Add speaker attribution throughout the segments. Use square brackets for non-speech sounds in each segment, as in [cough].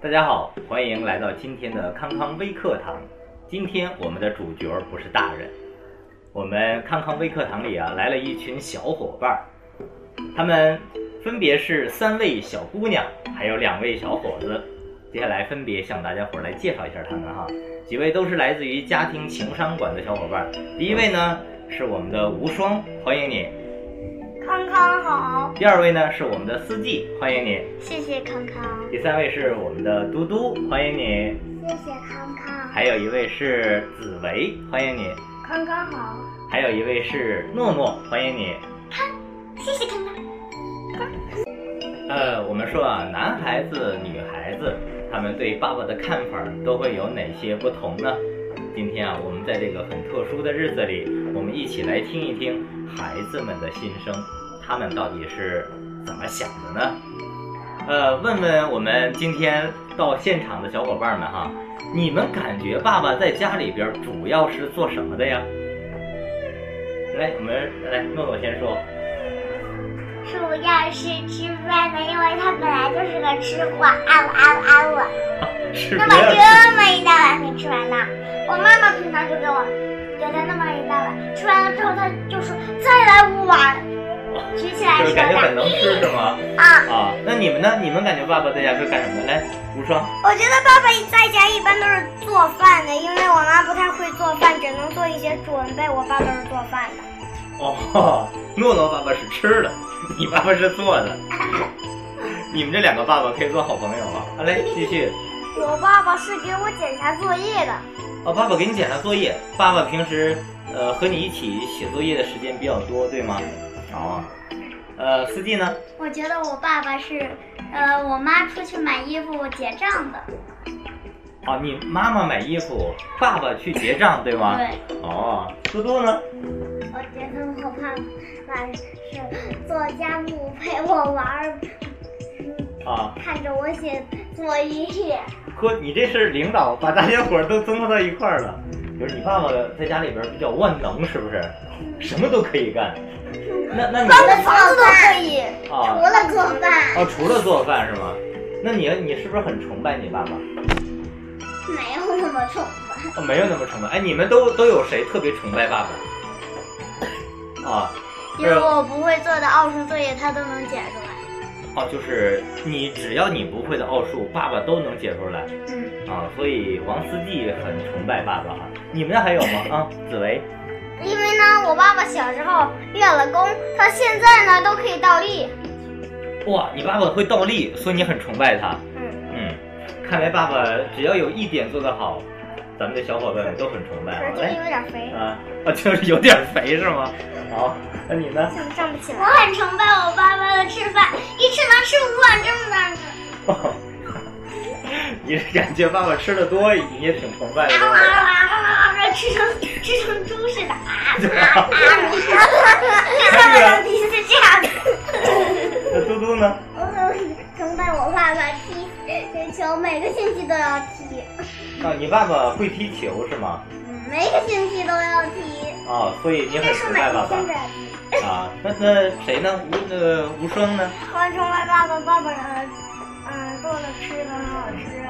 Speaker 1: 大家好，欢迎来到今天的康康微课堂。今天我们的主角不是大人，我们康康微课堂里啊来了一群小伙伴儿，他们分别是三位小姑娘，还有两位小伙子。接下来分别向大家伙儿来介绍一下他们哈，几位都是来自于家庭情商馆的小伙伴儿。第一位呢是我们的无双，欢迎你；
Speaker 2: 康康好，
Speaker 1: 第二位呢是我们的四季，欢迎你；
Speaker 2: 谢谢康康，
Speaker 1: 第三位是我们的嘟嘟，欢迎你。
Speaker 2: 谢谢康康，
Speaker 1: 还有一位是紫薇，欢迎你；
Speaker 2: 康康好，
Speaker 1: 还有一位是诺诺，欢迎你。
Speaker 2: 谢谢康康，
Speaker 1: 呃，我们说啊，男孩子、女孩子，他们对爸爸的看法都会有哪些不同呢？今天啊，我们在这个很特殊的日子里，我们一起来听一听孩子们的心声，他们到底是怎么想的呢？呃，问问我们今天到现场的小伙伴们哈，你们感觉爸爸在家里边主要是做什么的呀？来，我们来，诺诺先说。
Speaker 2: 主要是吃饭的，因为他本来就是个吃货，啊我啊我啊我，
Speaker 1: 是
Speaker 2: 那
Speaker 1: 不
Speaker 2: 么
Speaker 1: 是
Speaker 2: 这么一大碗没吃完呢。我妈妈平常就给我给他那么一大碗，吃完了之后他就说再来五碗，举起来
Speaker 1: 就是
Speaker 2: 手
Speaker 1: 感觉很
Speaker 2: 大
Speaker 1: 能吃是吗？
Speaker 2: 啊。
Speaker 1: 啊，那你们呢？你们感觉爸爸在家是干什么的？来，无双，
Speaker 2: 我觉得爸爸在家一般都是做饭的，因为我妈不太会做饭，只能做一些准备。我爸都是做饭的。
Speaker 1: 哦， [laughs] 诺诺爸爸是吃的，你爸爸是做的，你们这两个爸爸可以做好朋友啊！啊来，继续。
Speaker 2: 我爸爸是给我检查作业的，
Speaker 1: 哦，爸爸给你检查作业，爸爸平时呃和你一起写作业的时间比较多，对吗？哦，呃，四季呢？
Speaker 2: 我觉得我爸爸是，呃，我妈出去买衣服结账的，
Speaker 1: 哦，你妈妈买衣服，爸爸去结账，对吗？
Speaker 2: 对。
Speaker 1: 哦，嘟嘟呢？
Speaker 2: 我觉得我爸爸是做家务陪我玩儿，
Speaker 1: 啊，
Speaker 2: 看着我写作业。
Speaker 1: 哥，你这是领导把大家伙儿都综合到一块儿了。就是你爸爸在家里边儿比较万能，是不是？什么都可以干。那那你
Speaker 2: 什么都可以，除
Speaker 1: 啊
Speaker 2: 了做饭。
Speaker 1: 哦，除了做饭是吗？那你你是不是很崇拜你爸爸？
Speaker 2: 没有那么重吧？
Speaker 1: 哦，没有那么崇拜。哎，你们都都有谁特别崇拜爸爸？啊，
Speaker 2: 因为我不会做的奥数作业，他都能解出来。
Speaker 1: 哦，就是你只要你不会的奥数，爸爸都能解出来
Speaker 2: 嗯，
Speaker 1: 啊。所以王思季很崇拜爸爸啊。你们那还有吗？啊，紫薇。
Speaker 2: 因为呢，我爸爸小时候练了功，他现在呢都可以倒立。
Speaker 1: 哇，你爸爸会倒立，所以你很崇拜他。
Speaker 2: 嗯，
Speaker 1: 嗯，看来爸爸只要有一点做得好，咱们的小伙伴们都很崇拜
Speaker 2: 可
Speaker 1: 啊。
Speaker 2: 是就是
Speaker 1: 来
Speaker 2: 有点肥。
Speaker 1: 啊，啊，就是有点肥是吗？好，那你呢？ [laughs]
Speaker 2: 像站不起来。我很崇拜我爸爸的吃饭，一吃能吃五碗这么大个。
Speaker 1: 你是感觉爸爸吃的多，你也挺崇拜的。对
Speaker 2: 啊
Speaker 1: 吧
Speaker 2: 啊啊！吃成吃成猪似的啊！
Speaker 1: 对 [laughs] 吧
Speaker 2: 爸爸的鼻子是这样的。
Speaker 1: 那嘟嘟呢？
Speaker 2: 我很崇拜我爸爸踢球，每个星期都要踢，
Speaker 1: 啊，你爸爸会踢球是吗？
Speaker 2: 每个星期都要踢。
Speaker 1: 啊，所以你很
Speaker 2: 应该说
Speaker 1: 崇
Speaker 2: 每
Speaker 1: 拜爸
Speaker 2: 个星期
Speaker 1: 爸。啊，那那谁呢？无呃无双呢？
Speaker 2: 我崇拜爸爸，爸爸嗯嗯做的吃的很好吃。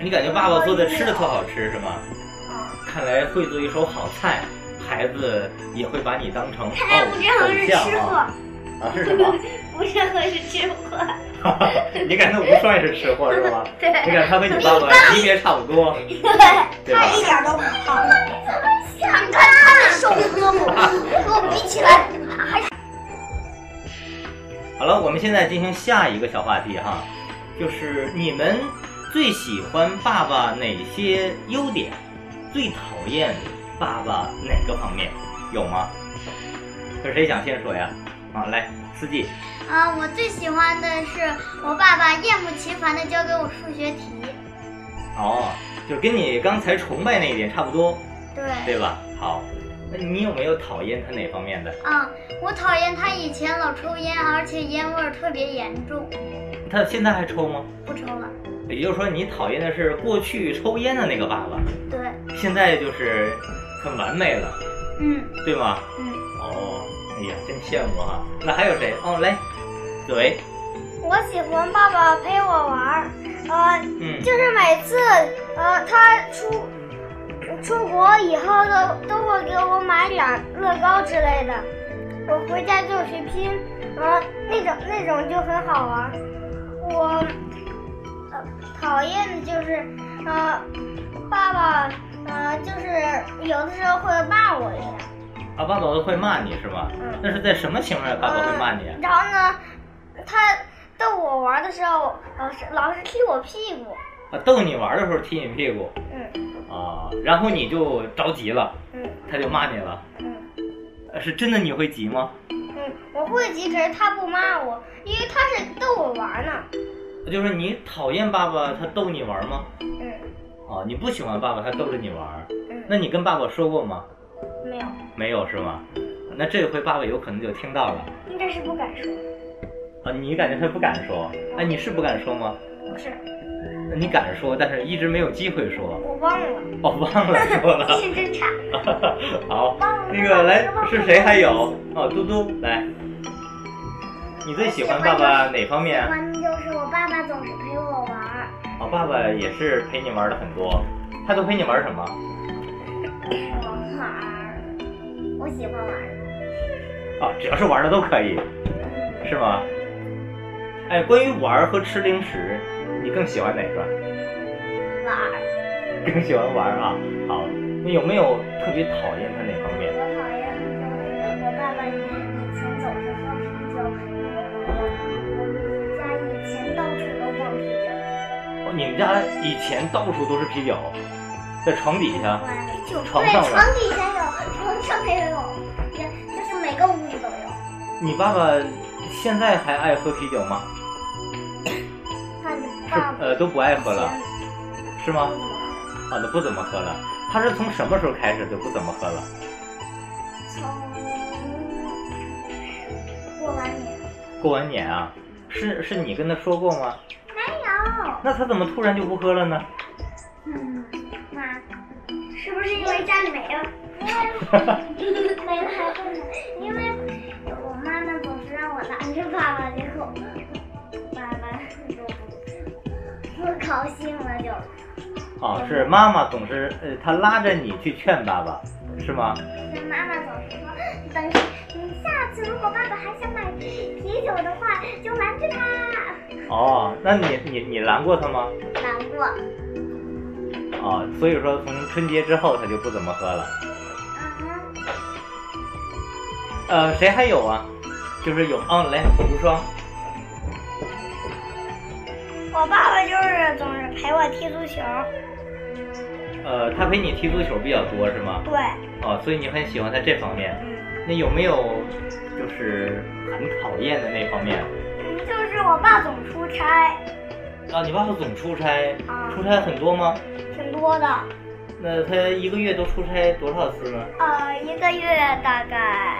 Speaker 1: 你感觉爸爸做的吃的特好吃是吗？
Speaker 2: 啊，
Speaker 1: 看来会做一手好菜，孩子也会把你当成
Speaker 2: 看来吴
Speaker 1: 偶
Speaker 2: 志恒是
Speaker 1: 像
Speaker 2: 吃货
Speaker 1: 啊。，啊，是什
Speaker 2: [laughs]
Speaker 1: 么？
Speaker 2: 吴志恒是吃货。
Speaker 1: 你感觉吴双也是吃货是吧？
Speaker 2: 对。
Speaker 1: 你感觉他跟你爸爸级别差不
Speaker 2: [laughs]
Speaker 1: 多，对吧
Speaker 2: 他？一点都不胖。想看他的手胳膊，和我比起来，
Speaker 1: 好了，我们现在进行下一个小话题哈，就是你们最喜欢爸爸哪些优点，最讨厌爸爸哪个方面，有吗？是谁想先说呀？啊，来，司机。
Speaker 2: 啊，我最喜欢的是我爸爸厌不其烦的教给我数学题。
Speaker 1: 哦，就是跟你刚才崇拜那一点差不多，
Speaker 2: 对，嗯
Speaker 1: 对吧？好，那你有没有讨厌他哪方面的？
Speaker 2: 啊，我讨厌他以前老抽烟，而且烟味儿特别严重，
Speaker 1: 他现在还抽吗？
Speaker 2: 不抽了。
Speaker 1: 也就是说，你讨厌的是过去抽烟的那个爸爸，
Speaker 2: 对，
Speaker 1: 现在就是很完美了，
Speaker 2: 嗯
Speaker 1: 对吗？
Speaker 2: 嗯。
Speaker 1: 哦，哎呀，真羡慕啊！那还有谁？哦，来，紫薇，
Speaker 2: 我我喜欢爸爸陪我玩儿，呃，
Speaker 1: 嗯
Speaker 2: 就是每次呃他出出国以后都都会给我买点儿乐高之类的，我回家就去拼，呃，那种那种就很好玩儿。我、呃、讨厌的就是呃爸爸呃就是有的时候会骂我一下。
Speaker 1: 啊，爸爸都会骂你是吗？
Speaker 2: 嗯
Speaker 1: 那是在什么情况下爸爸会骂你啊？
Speaker 2: 呃然后呢，他逗我玩的时候，老是老是踢我屁股。
Speaker 1: 啊，逗你玩的时候踢你屁股
Speaker 2: 嗯
Speaker 1: 啊，然后你就着急了，
Speaker 2: 嗯
Speaker 1: 他就骂你了。
Speaker 2: 嗯
Speaker 1: 呃是真的你会急吗？
Speaker 2: 嗯，我会急，可是他不骂我，因为他是逗我玩呢。
Speaker 1: 就是你讨厌爸爸他逗你玩吗？
Speaker 2: 嗯
Speaker 1: 哦，你不喜欢爸爸他逗着你玩，
Speaker 2: 嗯，
Speaker 1: 那你跟爸爸说过吗？
Speaker 2: 没有，
Speaker 1: 没有是吗？那这回爸爸有可能就听到了
Speaker 2: 应该是不敢说。
Speaker 1: 啊，你感觉他不敢说，哎，你是不敢说吗？
Speaker 2: 不是，
Speaker 1: 那你敢说，但是一直没有机会说，
Speaker 2: 我忘了，
Speaker 1: 哦，忘了说了。
Speaker 2: [laughs]
Speaker 1: [laughs]
Speaker 2: 一直差。
Speaker 1: 好，那个来是谁还有？哦，嘟嘟来，你最喜欢爸爸哪方面啊？
Speaker 2: 欢就是我爸爸总是陪我玩，
Speaker 1: 哦，爸爸也是陪你玩的很多，他都陪你玩什么？
Speaker 2: 陪我玩，我喜欢玩。
Speaker 1: 啊，只要是玩的都可以，是吗？哎，关于玩和吃零食，你更喜欢哪个？
Speaker 2: 玩，
Speaker 1: 更喜欢玩啊？好，那有没有特别讨厌他哪方面？
Speaker 2: 我讨厌就是我爸爸以前总是喝啤酒，我
Speaker 1: 哦，
Speaker 2: 们家以前到处都放啤酒。
Speaker 1: 你们家以前到处都是啤酒，在床底下，
Speaker 2: 对，
Speaker 1: 床上呢
Speaker 2: 床底下有，床上面有，也就是每个屋里都有。
Speaker 1: 你爸爸现在还爱喝啤酒吗？
Speaker 2: 看你
Speaker 1: 是
Speaker 2: 爸爸
Speaker 1: 呃都不爱喝了，是吗？
Speaker 2: 从
Speaker 1: 啊，那不怎么喝了。他是从什么时候开始就不怎么喝了？
Speaker 2: 过完年
Speaker 1: 过完年啊，是是你跟他说过吗？
Speaker 2: 没有。
Speaker 1: 那他怎么突然就不喝了呢？
Speaker 2: 嗯，那是不是因为家里没了？因为没了还不能，因为我妈妈总是让我拦着爸爸，结果爸爸就不不高兴了就，嗯
Speaker 1: 哦，是妈妈总是呃，他拉着你去劝爸爸，是吗？
Speaker 2: 那妈妈总是说，等你下次如果爸爸还想买啤酒的话，就拦着他。
Speaker 1: 哦，那你你你拦过他吗？
Speaker 2: 难过，
Speaker 1: 哦，所以说从春节之后他就不怎么喝了。
Speaker 2: 嗯哼，
Speaker 1: 呃，谁还有啊？就是有哦，来无双
Speaker 2: 我爸爸就是总是陪我踢足球，
Speaker 1: 呃，他陪你踢足球比较多是吗？
Speaker 2: 对，
Speaker 1: 哦，所以你很喜欢他这方面。
Speaker 2: 嗯。
Speaker 1: 那有没有就是很讨厌的那方面？
Speaker 2: 就是我爸总出差，
Speaker 1: 啊，你爸爸总出差，
Speaker 2: 啊
Speaker 1: 出差很多吗？
Speaker 2: 挺多的，
Speaker 1: 那他一个月都出差多少次呢？
Speaker 2: 呃，一个月大概，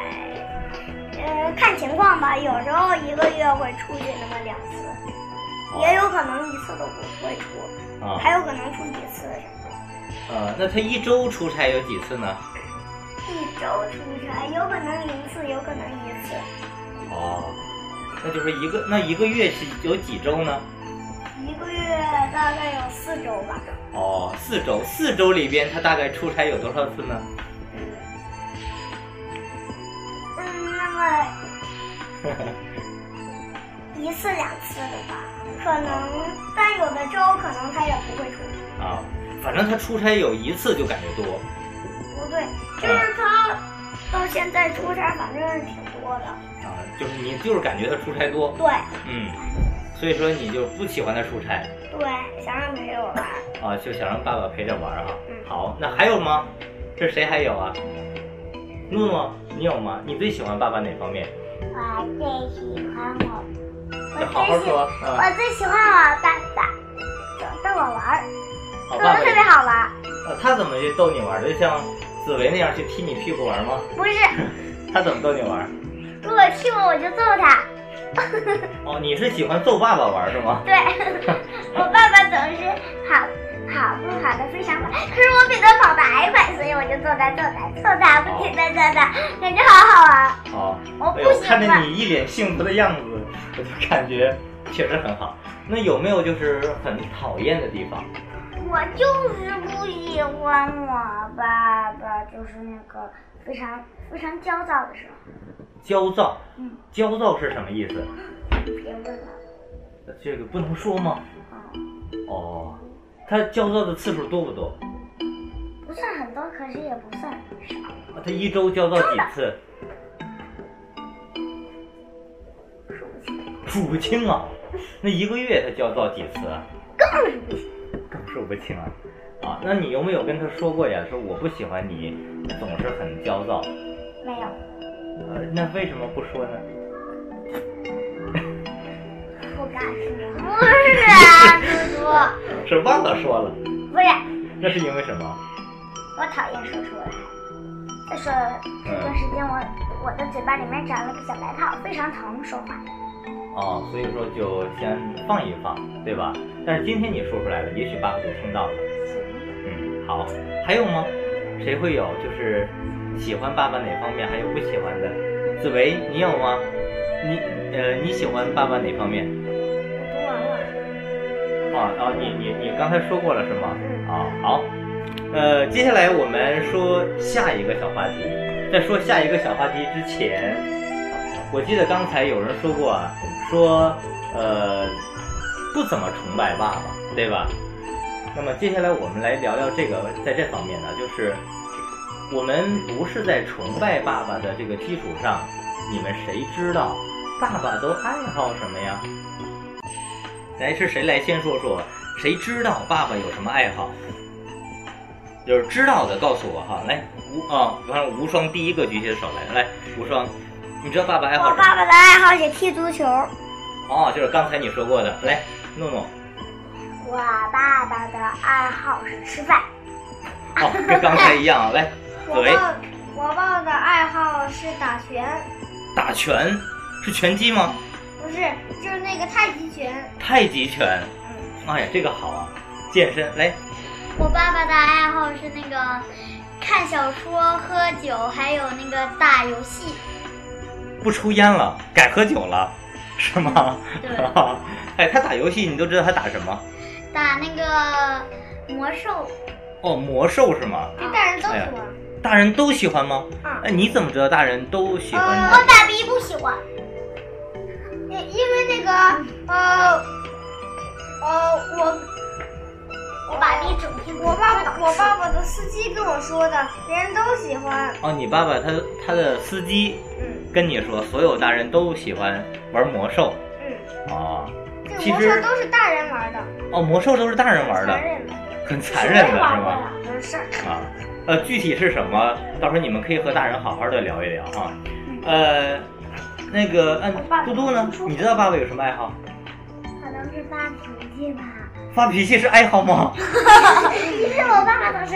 Speaker 2: 呃，看情况吧，有时候一个月会出去那么两次，也有可能一次都不会出，
Speaker 1: 啊，
Speaker 2: 还有可能出几次。
Speaker 1: 呃，那他一周出差有几次呢？
Speaker 2: 一周出差，嗯有可能零次，有可能一次，
Speaker 1: 哦，那就是一个那一个月是有几周呢？
Speaker 2: 一个月大概有四周吧。
Speaker 1: 哦，四周，四周里边他大概出差有多少次呢？
Speaker 2: 嗯，那么一次两次的吧，可能，但有的周可能他也不会出。
Speaker 1: 啊，反正他出差有一次就感觉多。
Speaker 2: 不对，就是他到现在出差反正是挺多的。
Speaker 1: 啊，就是你就是感觉他出差多，
Speaker 2: 对
Speaker 1: 嗯，所以说你就不喜欢他出差
Speaker 2: 对，想让陪我玩。
Speaker 1: 啊，就想让爸爸陪着玩儿哈、
Speaker 2: 嗯
Speaker 1: 好，那还有吗？这谁还有啊？诺诺，你有吗？你最喜欢爸爸哪方面？
Speaker 2: 啊我最喜欢我，
Speaker 1: 你好好说啊。
Speaker 2: 我最喜欢我爸爸，总逗我玩儿，
Speaker 1: 好，
Speaker 2: 逗
Speaker 1: 爸
Speaker 2: 得
Speaker 1: 爸
Speaker 2: 特别
Speaker 1: 也，
Speaker 2: 好玩儿。
Speaker 1: 呃他怎么去逗你玩儿？就像紫薇那样去踢你屁股玩儿吗？
Speaker 2: 不是，
Speaker 1: 他怎么逗你玩儿？
Speaker 2: 如果踢我我就揍他。
Speaker 1: 哦，你是喜欢揍爸爸玩儿是吗？
Speaker 2: 对， [laughs] 我爸爸总是跑跑步跑得非常快，可是我比他跑得还快，所以我就揍他揍他揍他，不停的揍他，感觉好好玩儿。啊
Speaker 1: 哦，
Speaker 2: 我
Speaker 1: 哎
Speaker 2: 不
Speaker 1: 呦，
Speaker 2: 喜
Speaker 1: 看
Speaker 2: 欢
Speaker 1: 着你一脸幸福的样子，我就感觉确实很好。那有没有就是很讨厌的地方？
Speaker 2: 我就是不喜欢我爸爸，就是那个非常非常焦躁的时候。
Speaker 1: 焦躁，
Speaker 2: 嗯，
Speaker 1: 焦躁是什么意思？
Speaker 2: 别问了，
Speaker 1: 这个不能说吗？
Speaker 2: 嗯，
Speaker 1: 哦，他焦躁的次数多不多？
Speaker 2: 不算很多，可是也不算很少。
Speaker 1: 他啊一周焦躁几次？
Speaker 2: 数不清，
Speaker 1: 数不清啊。那一个月他焦躁几次啊？
Speaker 2: 更数不清。
Speaker 1: 更数不清啊。啊，那你有没有跟他说过呀？说我不喜欢你，总是很焦躁。
Speaker 2: 没有，
Speaker 1: 呃，那为什么不说呢？
Speaker 2: 不敢说。 [laughs] 不
Speaker 1: [laughs]
Speaker 2: 是啊，猪猪，
Speaker 1: 是忘了说了，
Speaker 2: 不是，
Speaker 1: 那是因为什么？
Speaker 2: 我讨厌说出来。再说了，这段时间我我的嘴巴里面长了个小白泡，非常疼，说话。
Speaker 1: 哦，所以说就先放一放，对吧？但是今天你说出来了，也许爸爸就听到了。嗯，好，还有吗？谁会有就是喜欢爸爸哪方面，还有不喜欢的？紫薇，你有吗？你呃，你喜欢爸爸哪方面？
Speaker 2: 我读完了。
Speaker 1: 哦哦，你你你刚才说过了是吗？啊、好，呃，接下来我们说下一个小话题。在说下一个小话题之前，我记得刚才有人说过啊，说呃不怎么崇拜爸爸，对吧？那么接下来我们来聊聊这个，在这方面呢，就是我们不是在崇拜爸爸的这个基础上，你们谁知道爸爸都爱好什么呀？来，是谁来先说说？谁知道爸爸有什么爱好？就是知道的，告诉我哈。来，无啊，反正无双第一个举起手来。来，无双，你知道爸爸爱好
Speaker 2: 我
Speaker 1: 什么？
Speaker 2: 爸爸的爱好是踢足球。
Speaker 1: 哦，就是刚才你说过的。来，诺诺，
Speaker 2: 我爸爸的爱好是吃饭。
Speaker 1: 哦，跟刚才一样啊。来，紫
Speaker 2: 我
Speaker 1: 薇，
Speaker 2: 爸我爸爸的爱好是打拳，
Speaker 1: 打拳是拳击吗？
Speaker 2: 不是，就是那个太极拳。
Speaker 1: 太极拳。
Speaker 2: 嗯，
Speaker 1: 哎呀，这个好啊，健身。来，
Speaker 3: 我爸爸的爱好是那个看小说、喝酒，还有那个打游戏。
Speaker 1: 不抽烟了，改喝酒了，是吗？
Speaker 3: 对，
Speaker 1: [laughs] 哎，他打游戏，你都知道他打什么？
Speaker 3: 打那个魔兽，
Speaker 1: 哦，魔兽是吗？
Speaker 2: 这大人都喜欢。
Speaker 1: 大人都喜欢吗？
Speaker 2: 嗯
Speaker 1: 哎，你怎么知道大人都喜欢
Speaker 2: 呃
Speaker 1: 呢？
Speaker 2: 我爸比不喜欢，因因为那个呃呃我。
Speaker 3: 我爸比整天
Speaker 2: 我爸爸，我爸爸的司机跟我说的，别人都喜欢。
Speaker 1: 哦，你爸爸他他的司机
Speaker 2: 嗯
Speaker 1: 跟你说，所有大人都喜欢玩魔兽
Speaker 2: 嗯，
Speaker 1: 哦，
Speaker 2: 这
Speaker 1: 其
Speaker 2: 个
Speaker 1: 实
Speaker 2: 魔兽都是大人玩的，
Speaker 1: 哦，魔兽都是大人玩
Speaker 2: 残
Speaker 1: 的，
Speaker 2: 忍的，
Speaker 1: 很残忍的是
Speaker 2: 谁玩
Speaker 1: 吗？
Speaker 2: 过呀？没事儿。
Speaker 1: 啊，呃，具体是什么，到时候你们可以和大人好好的聊一聊啊。
Speaker 2: 嗯
Speaker 1: 呃，那个，嗯、嘟嘟呢？你知道爸爸有什么爱好？
Speaker 3: 可能是发脾气吧。
Speaker 1: 发脾气是爱好
Speaker 2: [laughs]
Speaker 1: 吗？
Speaker 3: 其实我爸爸都是，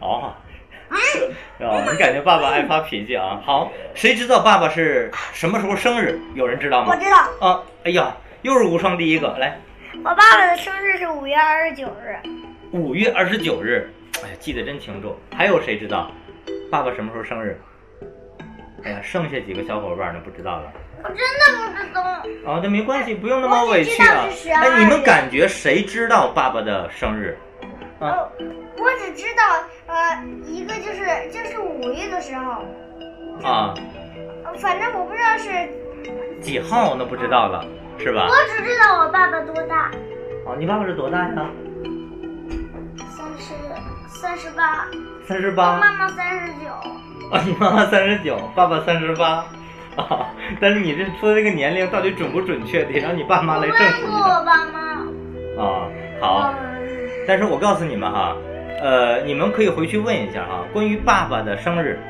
Speaker 1: 哦，
Speaker 2: 啊
Speaker 1: 哦，你感觉爸爸爱发脾气啊？好，谁知道爸爸是什么时候生日？有人知道吗？
Speaker 2: 知道，
Speaker 1: 啊，哎呀，又是无双第一个，来，
Speaker 2: [laughs] 我爸爸的生日是五月二十九日。
Speaker 1: 五月二十九日，哎呀，记得真清楚。还有谁知道爸爸什么时候生日？哎呀，剩下几个小伙伴呢，不知道了。
Speaker 2: 我真的不知道。
Speaker 1: 啊，那没关系，不用那么委屈
Speaker 2: 我
Speaker 1: 啊
Speaker 2: 只哎知。道是12
Speaker 1: 哎，你们感觉谁知道爸爸的生日？啊
Speaker 2: 呃，我只知道，呃，一个就是就是五月的时候，哦
Speaker 1: 啊，
Speaker 2: 呃反正我不知道是，
Speaker 1: 几号那不知道了，是吧？
Speaker 2: 我只知道我爸爸多大，
Speaker 1: 哦，你爸爸是多大呀？
Speaker 2: 三十三十八，
Speaker 1: 三十
Speaker 2: 我妈
Speaker 1: 八。
Speaker 2: 妈三十九，
Speaker 1: 啊，你妈妈三十九，爸爸三十八。啊，但是你这说这个年龄到底准不准确，得让你爸妈
Speaker 2: 我
Speaker 1: 来证实
Speaker 2: 问
Speaker 1: 一
Speaker 2: 过
Speaker 1: 下。
Speaker 2: 我爸妈，
Speaker 1: 啊，好。
Speaker 2: 嗯
Speaker 1: 但是我告诉你们哈，呃，你们可以回去问一下哈，关于爸爸的生日，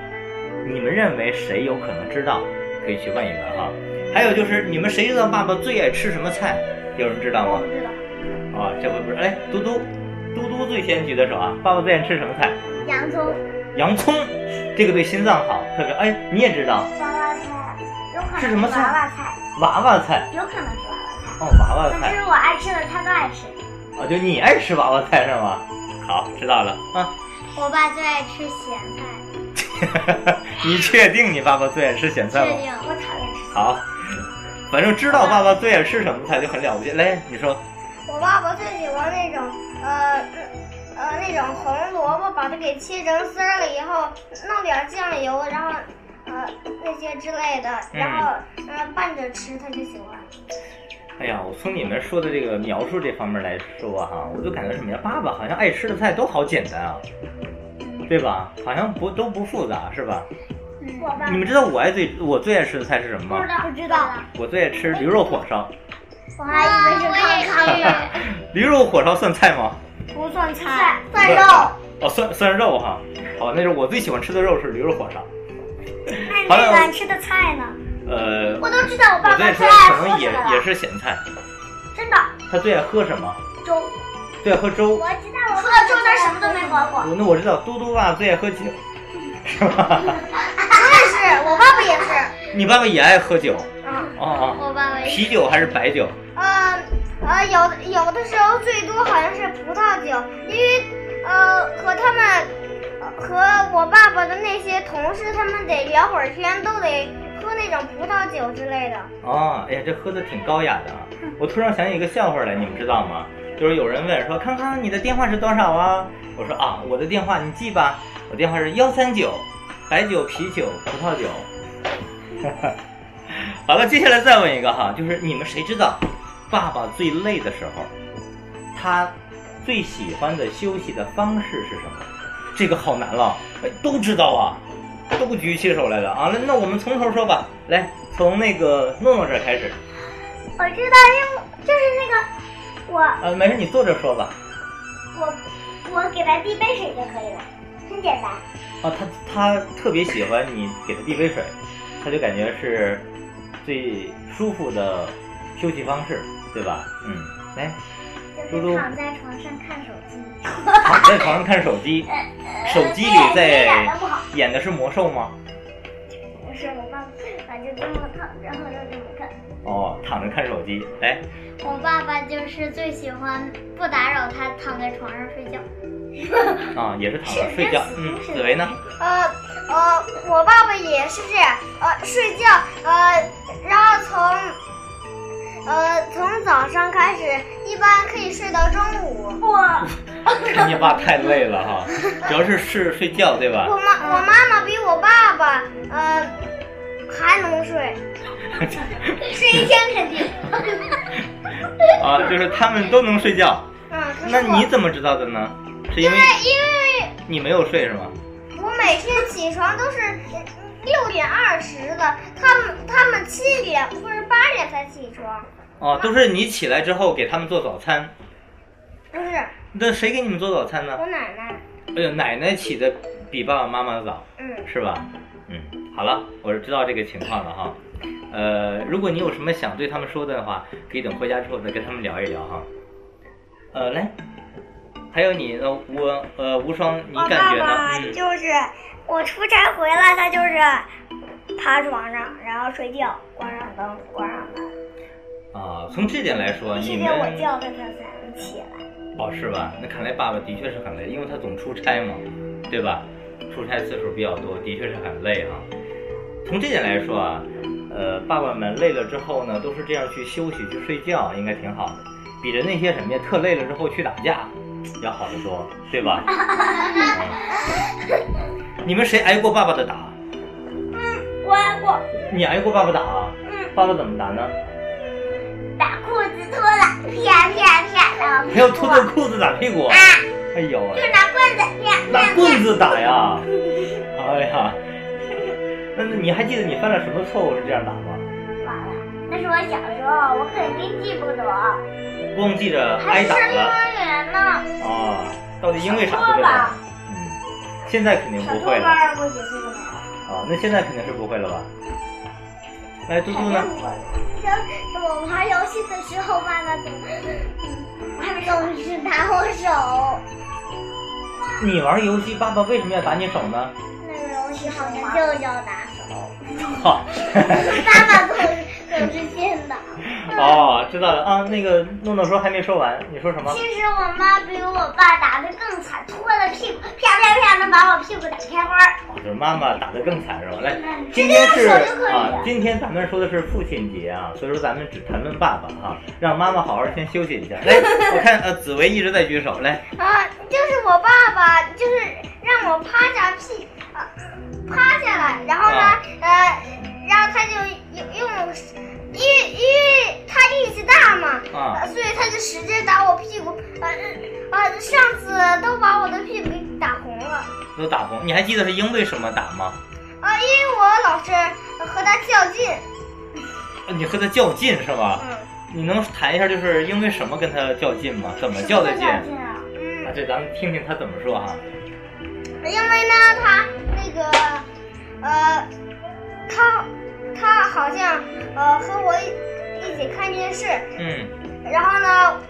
Speaker 1: 你们认为谁有可能知道？可以去问一问哈。还有就是，你们谁知道爸爸最爱吃什么菜？有人知道
Speaker 2: 我
Speaker 1: 吗
Speaker 2: 不？知道，
Speaker 1: 啊，这回不是，哎，嘟嘟，嘟嘟最先举的手啊，爸爸最爱吃什么菜？
Speaker 3: 洋葱，
Speaker 1: 洋葱，这个对心脏好，特别，哎，你也知道，
Speaker 2: 娃娃菜，有可能
Speaker 1: 是什么
Speaker 2: 娃
Speaker 1: 菜
Speaker 2: 娃菜，
Speaker 1: 娃娃菜，
Speaker 2: 有可能是娃娃菜，
Speaker 1: 哦，娃娃
Speaker 2: 可
Speaker 1: 菜。
Speaker 2: 是我爱吃的他都爱吃，
Speaker 1: 啊，就你爱吃娃娃菜是吗？好，知道了啊。 [laughs]
Speaker 3: 我爸最爱吃咸菜，
Speaker 1: 你确定你爸爸最爱吃咸菜
Speaker 3: 确
Speaker 1: 吗？
Speaker 3: 定。
Speaker 2: 我讨厌吃。
Speaker 1: 好，反正知道爸爸最爱吃什么菜就很了不起。来，你说，
Speaker 2: 我爸爸最喜欢那种呃呃那种红萝卜，把它给切成丝儿了以后，弄点酱油，然后呃那些之类的，然后呃拌着吃，他就喜欢。
Speaker 1: 哎呀，我从你们说的这个描述这方面来说哈、我就感觉什么呀？爸爸好像爱吃的菜都好简单啊，对吧？好像不都不复杂是吧？
Speaker 3: 嗯
Speaker 2: 我，爸
Speaker 1: 你们知道我爱最我最爱吃的菜是什么
Speaker 3: 不知
Speaker 1: 吗？
Speaker 3: 道
Speaker 2: 不知道
Speaker 1: 我最爱吃驴肉火烧。 [laughs]
Speaker 2: 我
Speaker 3: 我也是，
Speaker 1: 驴肉火烧算菜吗？
Speaker 2: 不算菜，
Speaker 1: 不算肉。哦，算算肉哈。哦，那是我最喜欢吃的肉是驴肉火烧。
Speaker 2: 那
Speaker 1: 好了
Speaker 2: 吃的菜呢？
Speaker 1: 呃，
Speaker 3: 我都知道
Speaker 1: 我
Speaker 3: 我爸
Speaker 1: 最
Speaker 3: 爸
Speaker 1: 爱吃
Speaker 3: 最
Speaker 1: 的
Speaker 3: 爱
Speaker 1: 可能
Speaker 3: 喝
Speaker 1: 也
Speaker 3: 什么
Speaker 1: 也
Speaker 3: 了，
Speaker 1: 是咸菜。
Speaker 3: 真的
Speaker 1: 他最爱喝什么？
Speaker 3: 粥。
Speaker 1: 最爱喝粥。
Speaker 3: 我知道我除了粥那儿什么都没喝过。
Speaker 1: 我那我知道，嘟嘟爸最爱喝酒，是吧？
Speaker 2: 我也是，我爸爸也是。
Speaker 1: 你爸爸也爱喝酒。
Speaker 2: 嗯，
Speaker 1: 哦
Speaker 3: 我爸爸
Speaker 1: 哦，
Speaker 3: 也
Speaker 1: 啤酒还是白酒？
Speaker 2: 呃呃，有的有的时候最多好像是葡萄酒，因为呃和他们呃和我爸爸的那些同事，他们得聊会儿天，都得喝那种葡萄酒之类的。
Speaker 1: 哦，哎呀，这喝的挺高雅的啊！我突然想起一个笑话来，你们知道吗？就是有人问说：“康康，你的电话是多少啊？”我说：“啊，我的电话你记吧，我电话是幺三九，白酒、啤酒、葡萄酒。” [laughs] 好了，接下来再问一个哈，就是你们谁知道，爸爸最累的时候，他最喜欢的休息的方式是什么？这个好难了，哎，都知道啊。都举起手来了啊！那那我们从头说吧，来，从那个诺诺这儿开始。
Speaker 3: 我知道，因为就是那个我
Speaker 1: 啊，没事，你坐着说吧。
Speaker 3: 我我给他递杯水就可以了，很简单。
Speaker 1: 啊，他他特别喜欢你给他递杯水，他就感觉是最舒服的休息方式，对吧？嗯，来，
Speaker 3: 就
Speaker 1: 嘟
Speaker 3: 是
Speaker 1: 嘟
Speaker 3: 躺在床上看手机，
Speaker 1: 躺在床上看手机，
Speaker 2: 呃
Speaker 1: 手机里在演的是魔兽吗？
Speaker 3: 不是我爸爸就这么躺，然后就这么看。
Speaker 1: 哦，躺着看手机。来，
Speaker 3: 我爸爸就是最喜欢不打扰他躺在床上睡觉。
Speaker 1: 啊，也是躺着睡觉。嗯，紫薇呢？
Speaker 2: 呃呃，我爸爸也是这样，呃，睡觉，呃，然后从，呃，从早上开始，一般可以睡到中午。
Speaker 3: 哇，
Speaker 1: 你爸太累了哈，主要是是睡觉对吧
Speaker 2: 我？妈我妈妈比我爸爸呃还
Speaker 1: [laughs]
Speaker 2: 能睡，嗯
Speaker 3: 睡一天肯定。
Speaker 1: 啊，就是他们都能睡觉。
Speaker 2: 嗯，可是
Speaker 1: 那
Speaker 2: 我
Speaker 1: 你怎么知道的呢？是因为
Speaker 2: 因为
Speaker 1: 你没有睡是吗？
Speaker 2: 我每天起床都是六点二十的，他们他们七点或者八点才起床，
Speaker 1: 哦，都是你起来之后给他们做早餐。
Speaker 2: 不是
Speaker 1: 那谁给你们做早餐呢
Speaker 2: 我？奶奶，
Speaker 1: 哎呦，奶奶起的比爸爸妈妈早，
Speaker 2: 嗯，
Speaker 1: 是吧？嗯，好了，我是知道这个情况了哈。呃，如果你有什么想对他们说的话，可以等回家之后再跟他们聊一聊哈。呃，来，还有你呃吴呃无双，你感觉呢？嗯，
Speaker 2: 哦就是我出差回来，他就是趴床上，然后睡觉，关上灯，关上门，
Speaker 1: 啊，从这点来说，你们
Speaker 2: 他，他才能起来。
Speaker 1: 哦，是吧？那看来爸爸的确是很累，因为他总出差嘛，对吧？出差次数比较多，的确是很累哈、从这点来说啊，呃，爸爸们累了之后呢，都是这样去休息、去睡觉，应该挺好的，比着那些什么呀，特累了之后去打架要好得多，对吧？ [laughs] 嗯你们谁挨过爸爸的打？
Speaker 2: 我挨过，
Speaker 1: 你挨过爸爸打啊？
Speaker 2: 嗯，
Speaker 1: 爸爸怎么打呢？
Speaker 3: 把裤子脱了，啪啪啪，然后
Speaker 1: 还要脱掉裤子打屁
Speaker 2: 啊
Speaker 1: 股？哎呦喂！
Speaker 3: 就是拿棍子啪
Speaker 1: 拿
Speaker 3: 啪
Speaker 1: 棍
Speaker 3: 啪。
Speaker 1: 子打呀！哎呀，那那你还记得你犯了什么错误是这样打吗？
Speaker 3: 完了，那是我小时候，我肯定记不得。
Speaker 1: 光记着挨打
Speaker 3: 还是幼
Speaker 1: 了
Speaker 3: 儿园呢，
Speaker 1: 啊，到底因为啥会被打？嗯，现在肯定不会了
Speaker 3: 班过几次了？
Speaker 1: 啊，那现在肯定是不会了吧？来，嘟嘟呢？
Speaker 3: 然后我玩游戏的时候，妈妈总总是打我手。
Speaker 1: 你玩游戏，爸爸为什么要打你手呢？ [laughs]
Speaker 3: 那个游戏好像就叫打手，
Speaker 1: 哈，
Speaker 3: 爸爸总是总是先打。
Speaker 1: 哦，知道了啊。那个诺诺说还没说完，你说什么？
Speaker 3: 其实我妈比我爸打得更惨，拖了屁股，啪啪啪能把我屁股打开花儿。
Speaker 1: 哦就是妈妈打得更惨是吧？来，
Speaker 3: 嗯
Speaker 1: 今天是
Speaker 3: 直接用手就可以
Speaker 1: 啊
Speaker 3: 了，
Speaker 1: 今天咱们说的是父亲节啊，所以说咱们只谈论爸爸哈、让妈妈好好先休息一下。来，我看呃紫薇一直在举手，来，
Speaker 2: 啊，就是我爸爸，就是让我趴下屁，啊、趴下来，然后呢，
Speaker 1: 啊
Speaker 2: 呃，然后他就用用，因为因为他力气大嘛，
Speaker 1: 啊
Speaker 2: 呃所以他就使劲打我屁股，呃呃，上次都把我的屁股给打红了，
Speaker 1: 都打红，你还记得是因为什么打吗？
Speaker 2: 啊、因为我老是和他较劲，
Speaker 1: 呃你和他较劲是吧？
Speaker 2: 嗯
Speaker 1: 你能谈一下就是因为什么跟他较劲吗？怎么较的劲？啊，
Speaker 3: 啊？
Speaker 2: 嗯，
Speaker 1: 这咱们听听他怎么说哈、
Speaker 2: 因为呢，他那个，呃，他他好像呃和我一一起看电视。
Speaker 1: 嗯
Speaker 2: 然后呢，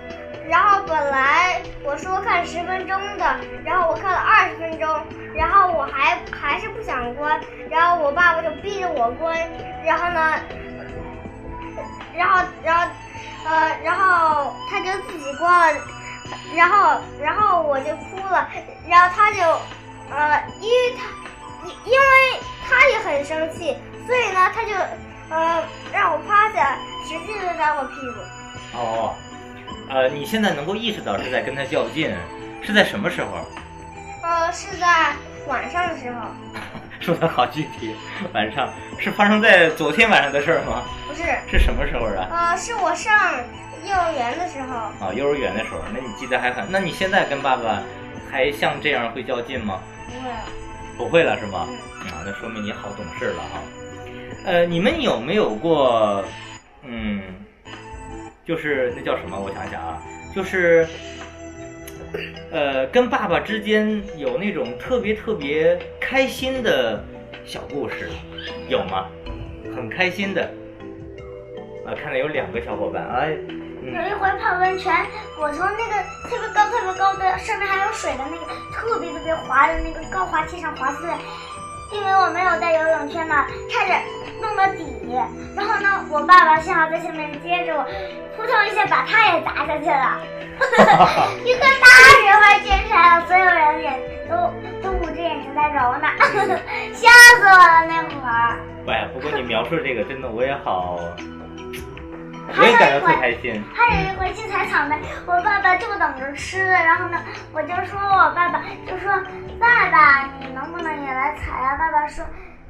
Speaker 2: 然后本来我说看十分钟的，然后我看了二十分钟，然后我还还是不想关，然后我爸爸就逼着我关，然后呢，然后然后呃，然后他就自己关了，然后然后我就哭了，然后他就呃，因为他因因为他也很生气，所以呢，他就呃让我趴下，使劲的打我屁股。
Speaker 1: 哦，呃，你现在能够意识到是在跟他较劲，是在什么时候？
Speaker 2: 呃，是在晚上的时候，
Speaker 1: [laughs] 说的好具体，晚上是发生在昨天晚上的事儿吗？ [laughs]
Speaker 2: 不是，
Speaker 1: 是什么时候啊？
Speaker 2: 呃，是我上幼儿园的时候，
Speaker 1: 啊、幼儿园的时候，那你记得还很？那你现在跟爸爸还像这样会较劲吗？
Speaker 2: 不会了，啊
Speaker 1: 不会了是吗？啊，那说明你好懂事了哈。呃，你们有没有过，嗯，就是那叫什么？我想想啊，就是，呃，跟爸爸之间有那种特别特别开心的小故事，有吗？很开心的。啊，看来有两个小伙伴，哎，嗯，
Speaker 3: 有一回泡温泉，我从那个特别高、特别高的上面还有水的那个特别特别滑的那个高滑梯上滑下来，因为我没有带游泳圈嘛，差点弄到底。然后呢，我爸爸幸好在下面接着我，扑通一下把他也砸下去了。一个大人玩坚持还有所有人也都都捂着眼睛在揉呢， [laughs] 吓死我了那会儿。
Speaker 1: 哎呀，不过你描述这个真的我也好，我
Speaker 3: 还
Speaker 1: 也
Speaker 3: 有
Speaker 1: 感
Speaker 3: 一
Speaker 1: 到特
Speaker 3: 回
Speaker 1: 开心。
Speaker 3: 还有一回去采草莓，我爸爸就等着吃的，然后呢，我就说我爸爸就说爸爸，你能不能也来采啊？爸爸说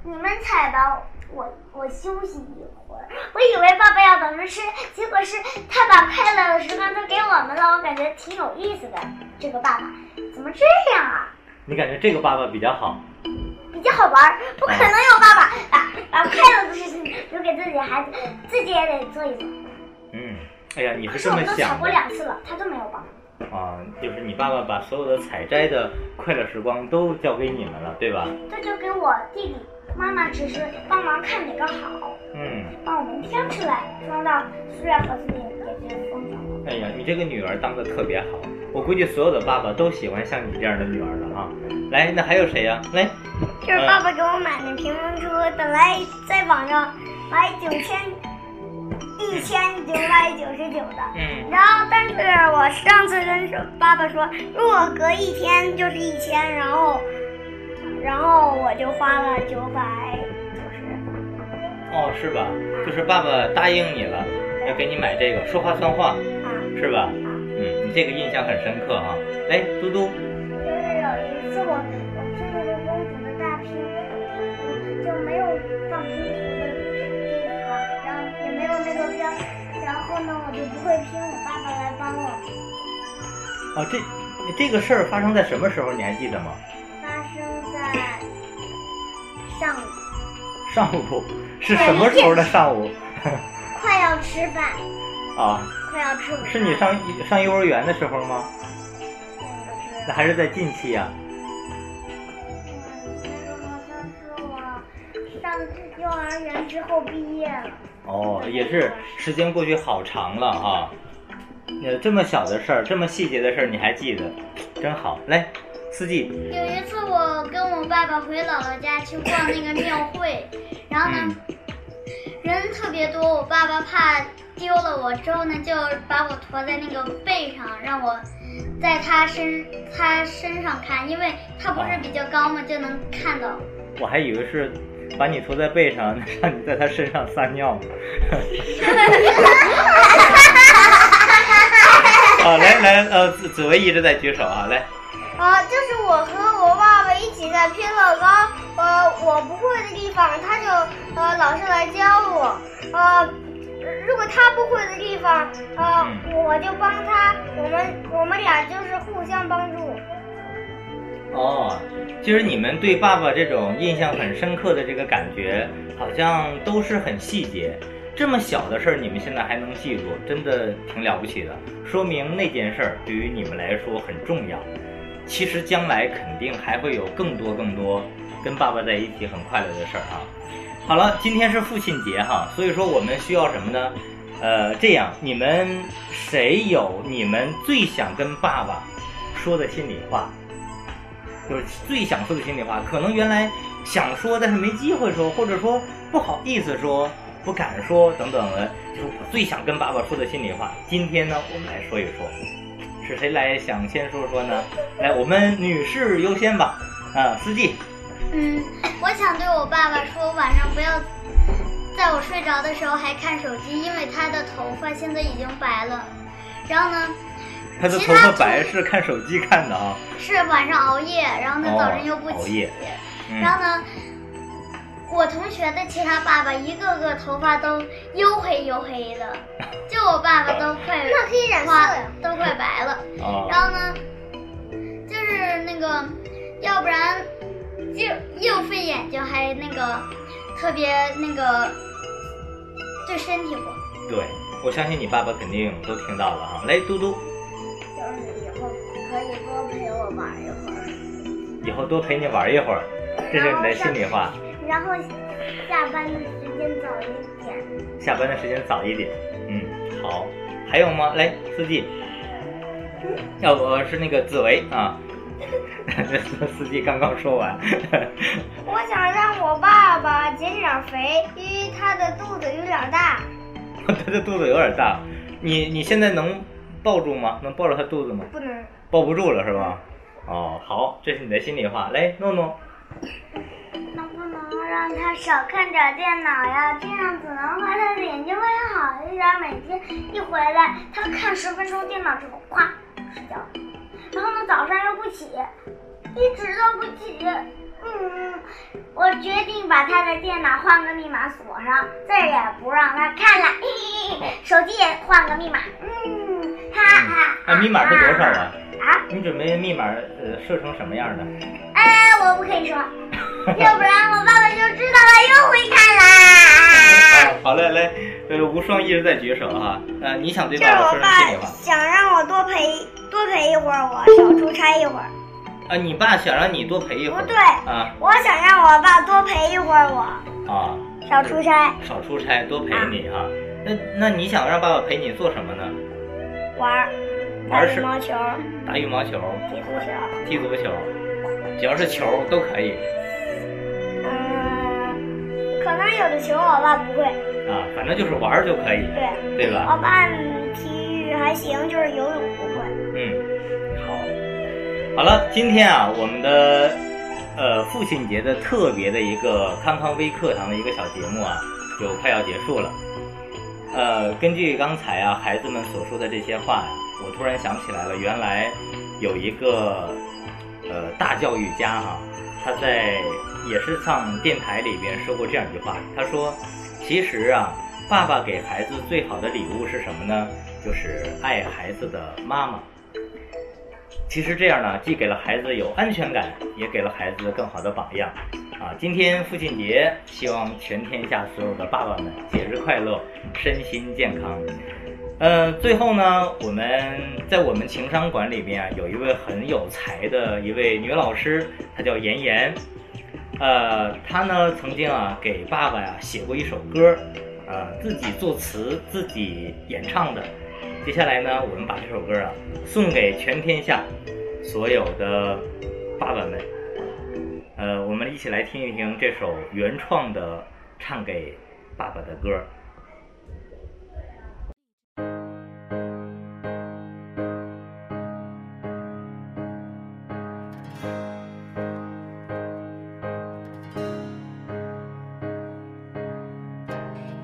Speaker 3: 你们采吧，我我休息一会儿。我以为爸爸要等着吃，结果是他把快乐的时光都给我们了，我感觉挺有意思的。这个爸爸怎么这样啊？
Speaker 1: 你感觉这个爸爸比较好？
Speaker 3: 比较好玩儿，不可能有爸爸把把快乐的事情留给自己孩子，自己也得做一做。
Speaker 1: 嗯，哎呀，你
Speaker 3: 可
Speaker 1: 是
Speaker 3: 是
Speaker 1: 这
Speaker 3: 我
Speaker 1: 么
Speaker 3: 们都采
Speaker 1: 想
Speaker 3: 过
Speaker 1: 的
Speaker 3: 两次了，他都没有帮。
Speaker 1: 啊？就是你爸爸把所有的采摘的快乐时光都交给你们了，对吧？
Speaker 3: 这就给我弟弟妈妈只是帮忙看哪个好，
Speaker 1: 嗯，
Speaker 3: 帮我们挑出来，装到塑料盒子里给这封上。
Speaker 1: 哎呀，你这个女儿当的特别好，我估计所有的爸爸都喜欢像你这样的女儿了啊。来，那还有谁呀、来，
Speaker 2: 就是爸爸给我买的平衡车，本来在网上买九千一千九百九十九的，
Speaker 1: 嗯，
Speaker 2: 然后但是我上次跟说爸爸说，如果隔一天就是一千，然后然后我就花了九百九十，
Speaker 1: 哦，是吧？就是爸爸答应你了，要给你买这个，说话算话，
Speaker 2: 啊，
Speaker 1: 是吧？嗯，你这个印象很深刻啊。来，嘟嘟，
Speaker 3: 就是有一次我我听那个公主的大拼图，就没有放拼图的地方，然后也没有那个标，然后呢我就不会拼，我爸爸来帮我。
Speaker 1: 哦，这这个事儿发生在什么时候？你还记得吗？
Speaker 3: 发生在上午
Speaker 1: 上午是什么时候的上午？ [laughs]
Speaker 3: 快要吃饭，
Speaker 1: 啊，
Speaker 3: 快要吃午饭。
Speaker 1: 是你上上幼儿园的时候吗？那还是在近期啊？
Speaker 3: 上幼儿园之后毕业了，
Speaker 1: 哦，也是时间过去好长了啊。呃，这么小的事儿，这么细节的事儿，你还记得，真好。来，司机，
Speaker 3: 有一次我跟我爸爸回姥姥家去逛那个庙会，然后呢，
Speaker 1: 嗯，
Speaker 3: 人特别多，我爸爸怕丢了我之后呢，就把我驮在那个背上，让我在他身他身上看，因为他不是比较高嘛，就能看到。
Speaker 1: 我还以为是把你驮在背上， [laughs] 让你在他身上撒尿 [laughs] 呢。好，来来，呃，紫紫薇一直在举手啊，来，
Speaker 2: 啊，就是我和我爸爸一起在拼乐高，呃，我不会的地方，他就呃老是来教我，呃，如果他不会的地方，呃，
Speaker 1: 嗯
Speaker 2: 我就帮他，我们我们俩就是互相帮助。
Speaker 1: 哦，就是你们对爸爸这种印象很深刻的这个感觉，好像都是很细节。这么小的事儿，你们现在还能记住，真的挺了不起的，说明那件事儿对于你们来说很重要。其实将来肯定还会有更多更多跟爸爸在一起很快乐的事儿啊。好了，今天是父亲节哈，所以说我们需要什么呢？呃，这样你们谁有你们最想跟爸爸说的心里话？就是最想说的心里话，可能原来想说，但是没机会说，或者说不好意思说、不敢说等等的，就是我最想跟爸爸说的心里话。今天呢，我们来说一说，是谁来想先说说呢？来，我们女士优先吧。啊，司机，
Speaker 3: 嗯，我想对我爸爸说，晚上不要在我睡着的时候还看手机，因为他的头发现在已经白了。然后呢，
Speaker 1: 她的头发白是看手机看的啊。
Speaker 3: 是晚上熬夜，然后呢
Speaker 1: 哦
Speaker 3: 早晨又不
Speaker 1: 熬
Speaker 3: 起
Speaker 1: 夜。嗯
Speaker 3: 然后呢，我同学的其他爸爸一个个头发都黝黑黝黑的，就我爸爸都快
Speaker 2: 那可以染色
Speaker 3: 花
Speaker 2: 呀
Speaker 3: 都快白了。
Speaker 1: 哦
Speaker 3: 然后呢，就是那个，要不然就又费眼睛，还那个特别那个对身体不好。
Speaker 1: 对，我相信你爸爸肯定都听到了哈。来，嘟嘟，
Speaker 2: 就是以后可以多陪我玩一会儿，
Speaker 1: 以后多陪你玩一会儿，这是你的心里话。
Speaker 2: 然后下班的时间早一点。
Speaker 1: 下班的时间早一点。嗯，好，还有吗？来，司机，要不是那个紫薇啊。 [laughs] 司机刚刚说完， [laughs]
Speaker 2: 我想让我爸爸减点肥，因为他的肚子有点大。
Speaker 1: 他的肚子有点大，你你现在能抱住吗？能抱住他肚子吗？
Speaker 2: 不能，
Speaker 1: 抱不住了是吧？哦，好，这是你的心里话。来，诺诺，
Speaker 3: 能不能让他少看点电脑呀？这样子的话，他的眼睛会好一点。每天一回来，他看十分钟电脑之后，咵睡觉，然后呢早上又不起，一直都不起。嗯，我决定把他的电脑换个密码锁上，再也不让他看了。嘿嘿嘿手机也换个密码。嗯，哈哈哈
Speaker 1: 嗯。啊，密码是多少啊？
Speaker 3: 啊？
Speaker 1: 你准备密码呃设成什么样的？
Speaker 3: 哎，我不可以说，要不然我爸爸就知道了，又会看
Speaker 2: [laughs]
Speaker 3: 啦。
Speaker 1: 啊好嘞，来，呃，无双一直在举手哈、呃，你想对
Speaker 2: 就是
Speaker 1: 爸爸
Speaker 2: 我
Speaker 1: 说什么
Speaker 2: 爸
Speaker 1: 心里话？
Speaker 2: 想让我多陪多陪一会儿我，少出差一会儿。
Speaker 1: 啊，你爸想让你多陪一会儿。
Speaker 2: 哦不对
Speaker 1: 啊
Speaker 2: 我想让我爸多陪一会儿我，
Speaker 1: 啊，
Speaker 2: 少出差
Speaker 1: 少出差，多陪你哈、那那你想让爸爸陪你做什么呢？
Speaker 2: 玩儿，打
Speaker 1: 玩是
Speaker 2: 羽毛球、
Speaker 1: 打羽毛球、
Speaker 2: 踢足球，
Speaker 1: 踢足球，只要是球都可以
Speaker 2: 嗯，可能有的球我爸不会。
Speaker 1: 啊，反正就是玩儿就可以，
Speaker 2: 对，
Speaker 1: 对吧？
Speaker 2: 我爸嗯体育还行，就是游泳不会。
Speaker 1: 嗯，好，好了，今天啊，我们的呃父亲节的特别的一个康康微课堂的一个小节目啊，就快要结束了。呃，根据刚才啊孩子们所说的这些话呀、我突然想起来了，原来有一个呃大教育家哈、他在也是上电台里边说过这样一句话，他说：“其实啊，爸爸给孩子最好的礼物是什么呢？就是爱孩子的妈妈。其实这样呢，既给了孩子有安全感，也给了孩子更好的榜样。啊，今天父亲节，希望全天下所有的爸爸们节日快乐，身心健康。呃，最后呢，我们在我们情商馆里面啊，有一位很有才的一位女老师，她叫妍妍。呃，她呢曾经啊给爸爸呀、写过一首歌，呃，自己作词，自己演唱的。接下来呢，我们把这首歌啊送给全天下所有的爸爸们。呃，我们一起来听一听这首原创的《唱给爸爸的歌儿。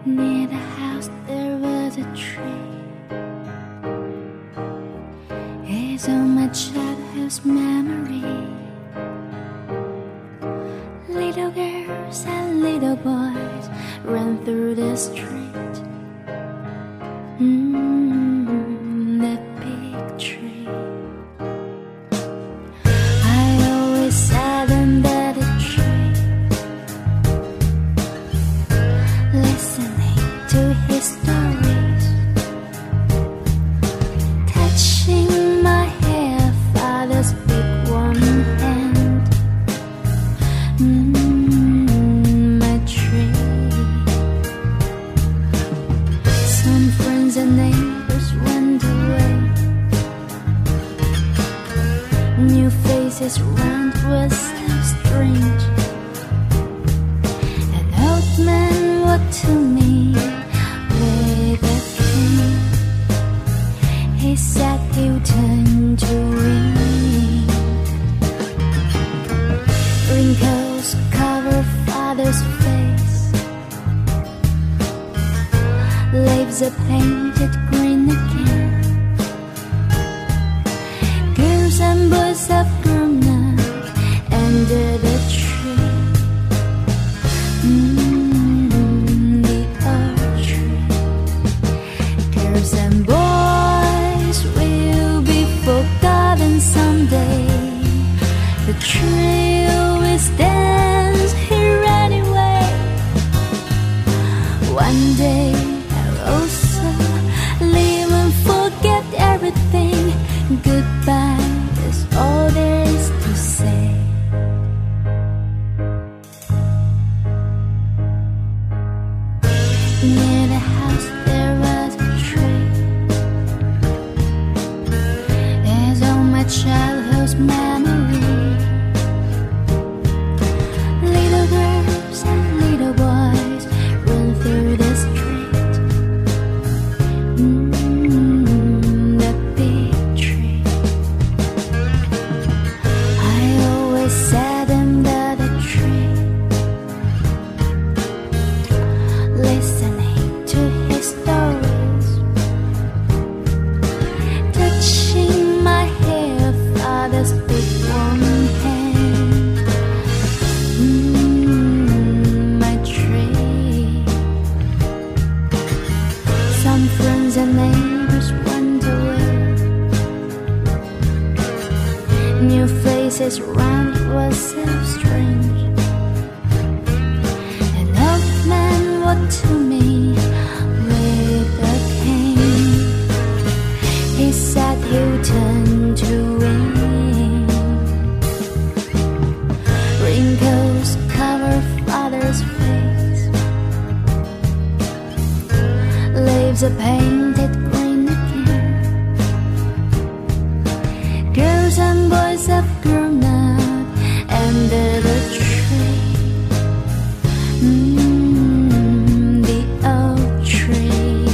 Speaker 4: Near the house there was a tree. It's all my childhood's memory. Little girls and little boys ran through the street. Mm, that big tree. I always sat under the tree. listening to his stories. Touching my hair, father's big warm hand. Mm, my tree. Some friends and neighbors went away. New faces round was so strange. An old man walked to me with a cane. He said he'll turn to rain. Wrinkles cover father's face. Leaves are painted green again. Girls and boys have grown up under the tree. Mm, the orchard. Girls and boys will be forgotten someday. The tree always stands here anyway. One day I'll also leave and forget everything. Goodbye is all there is to say. Near the house there was a tree. There's all my childhood's memory. Little girls and little boys run through the street. Mm, the big tree. I always sat under the tree listening to his stories. Touching my hair, father's big warm hand. Mm, my tree. Some friends and neighbors went away. New faces round was so strange. An old man walked to me with a cane. He said he'll turn to rain. Wrinkles cover father's face. Leaves are painted green again. Girls and boys have grown up under the tree. Mm, the old tree.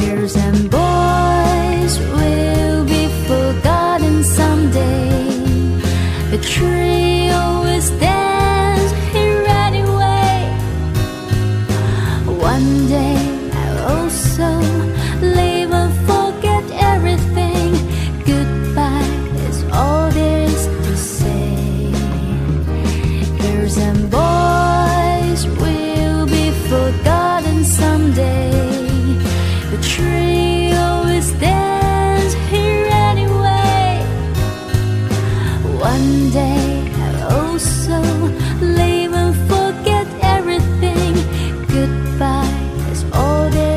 Speaker 4: Girls and boys will be forgotten someday. The tree always stands here anyway. One day I'll also leave and forget everything. Goodbye is all there is to say. Girls and boys will be forgotten someday. The tree always stands here anyway. One day I'll also leave and forget everything. Goodbye is all there.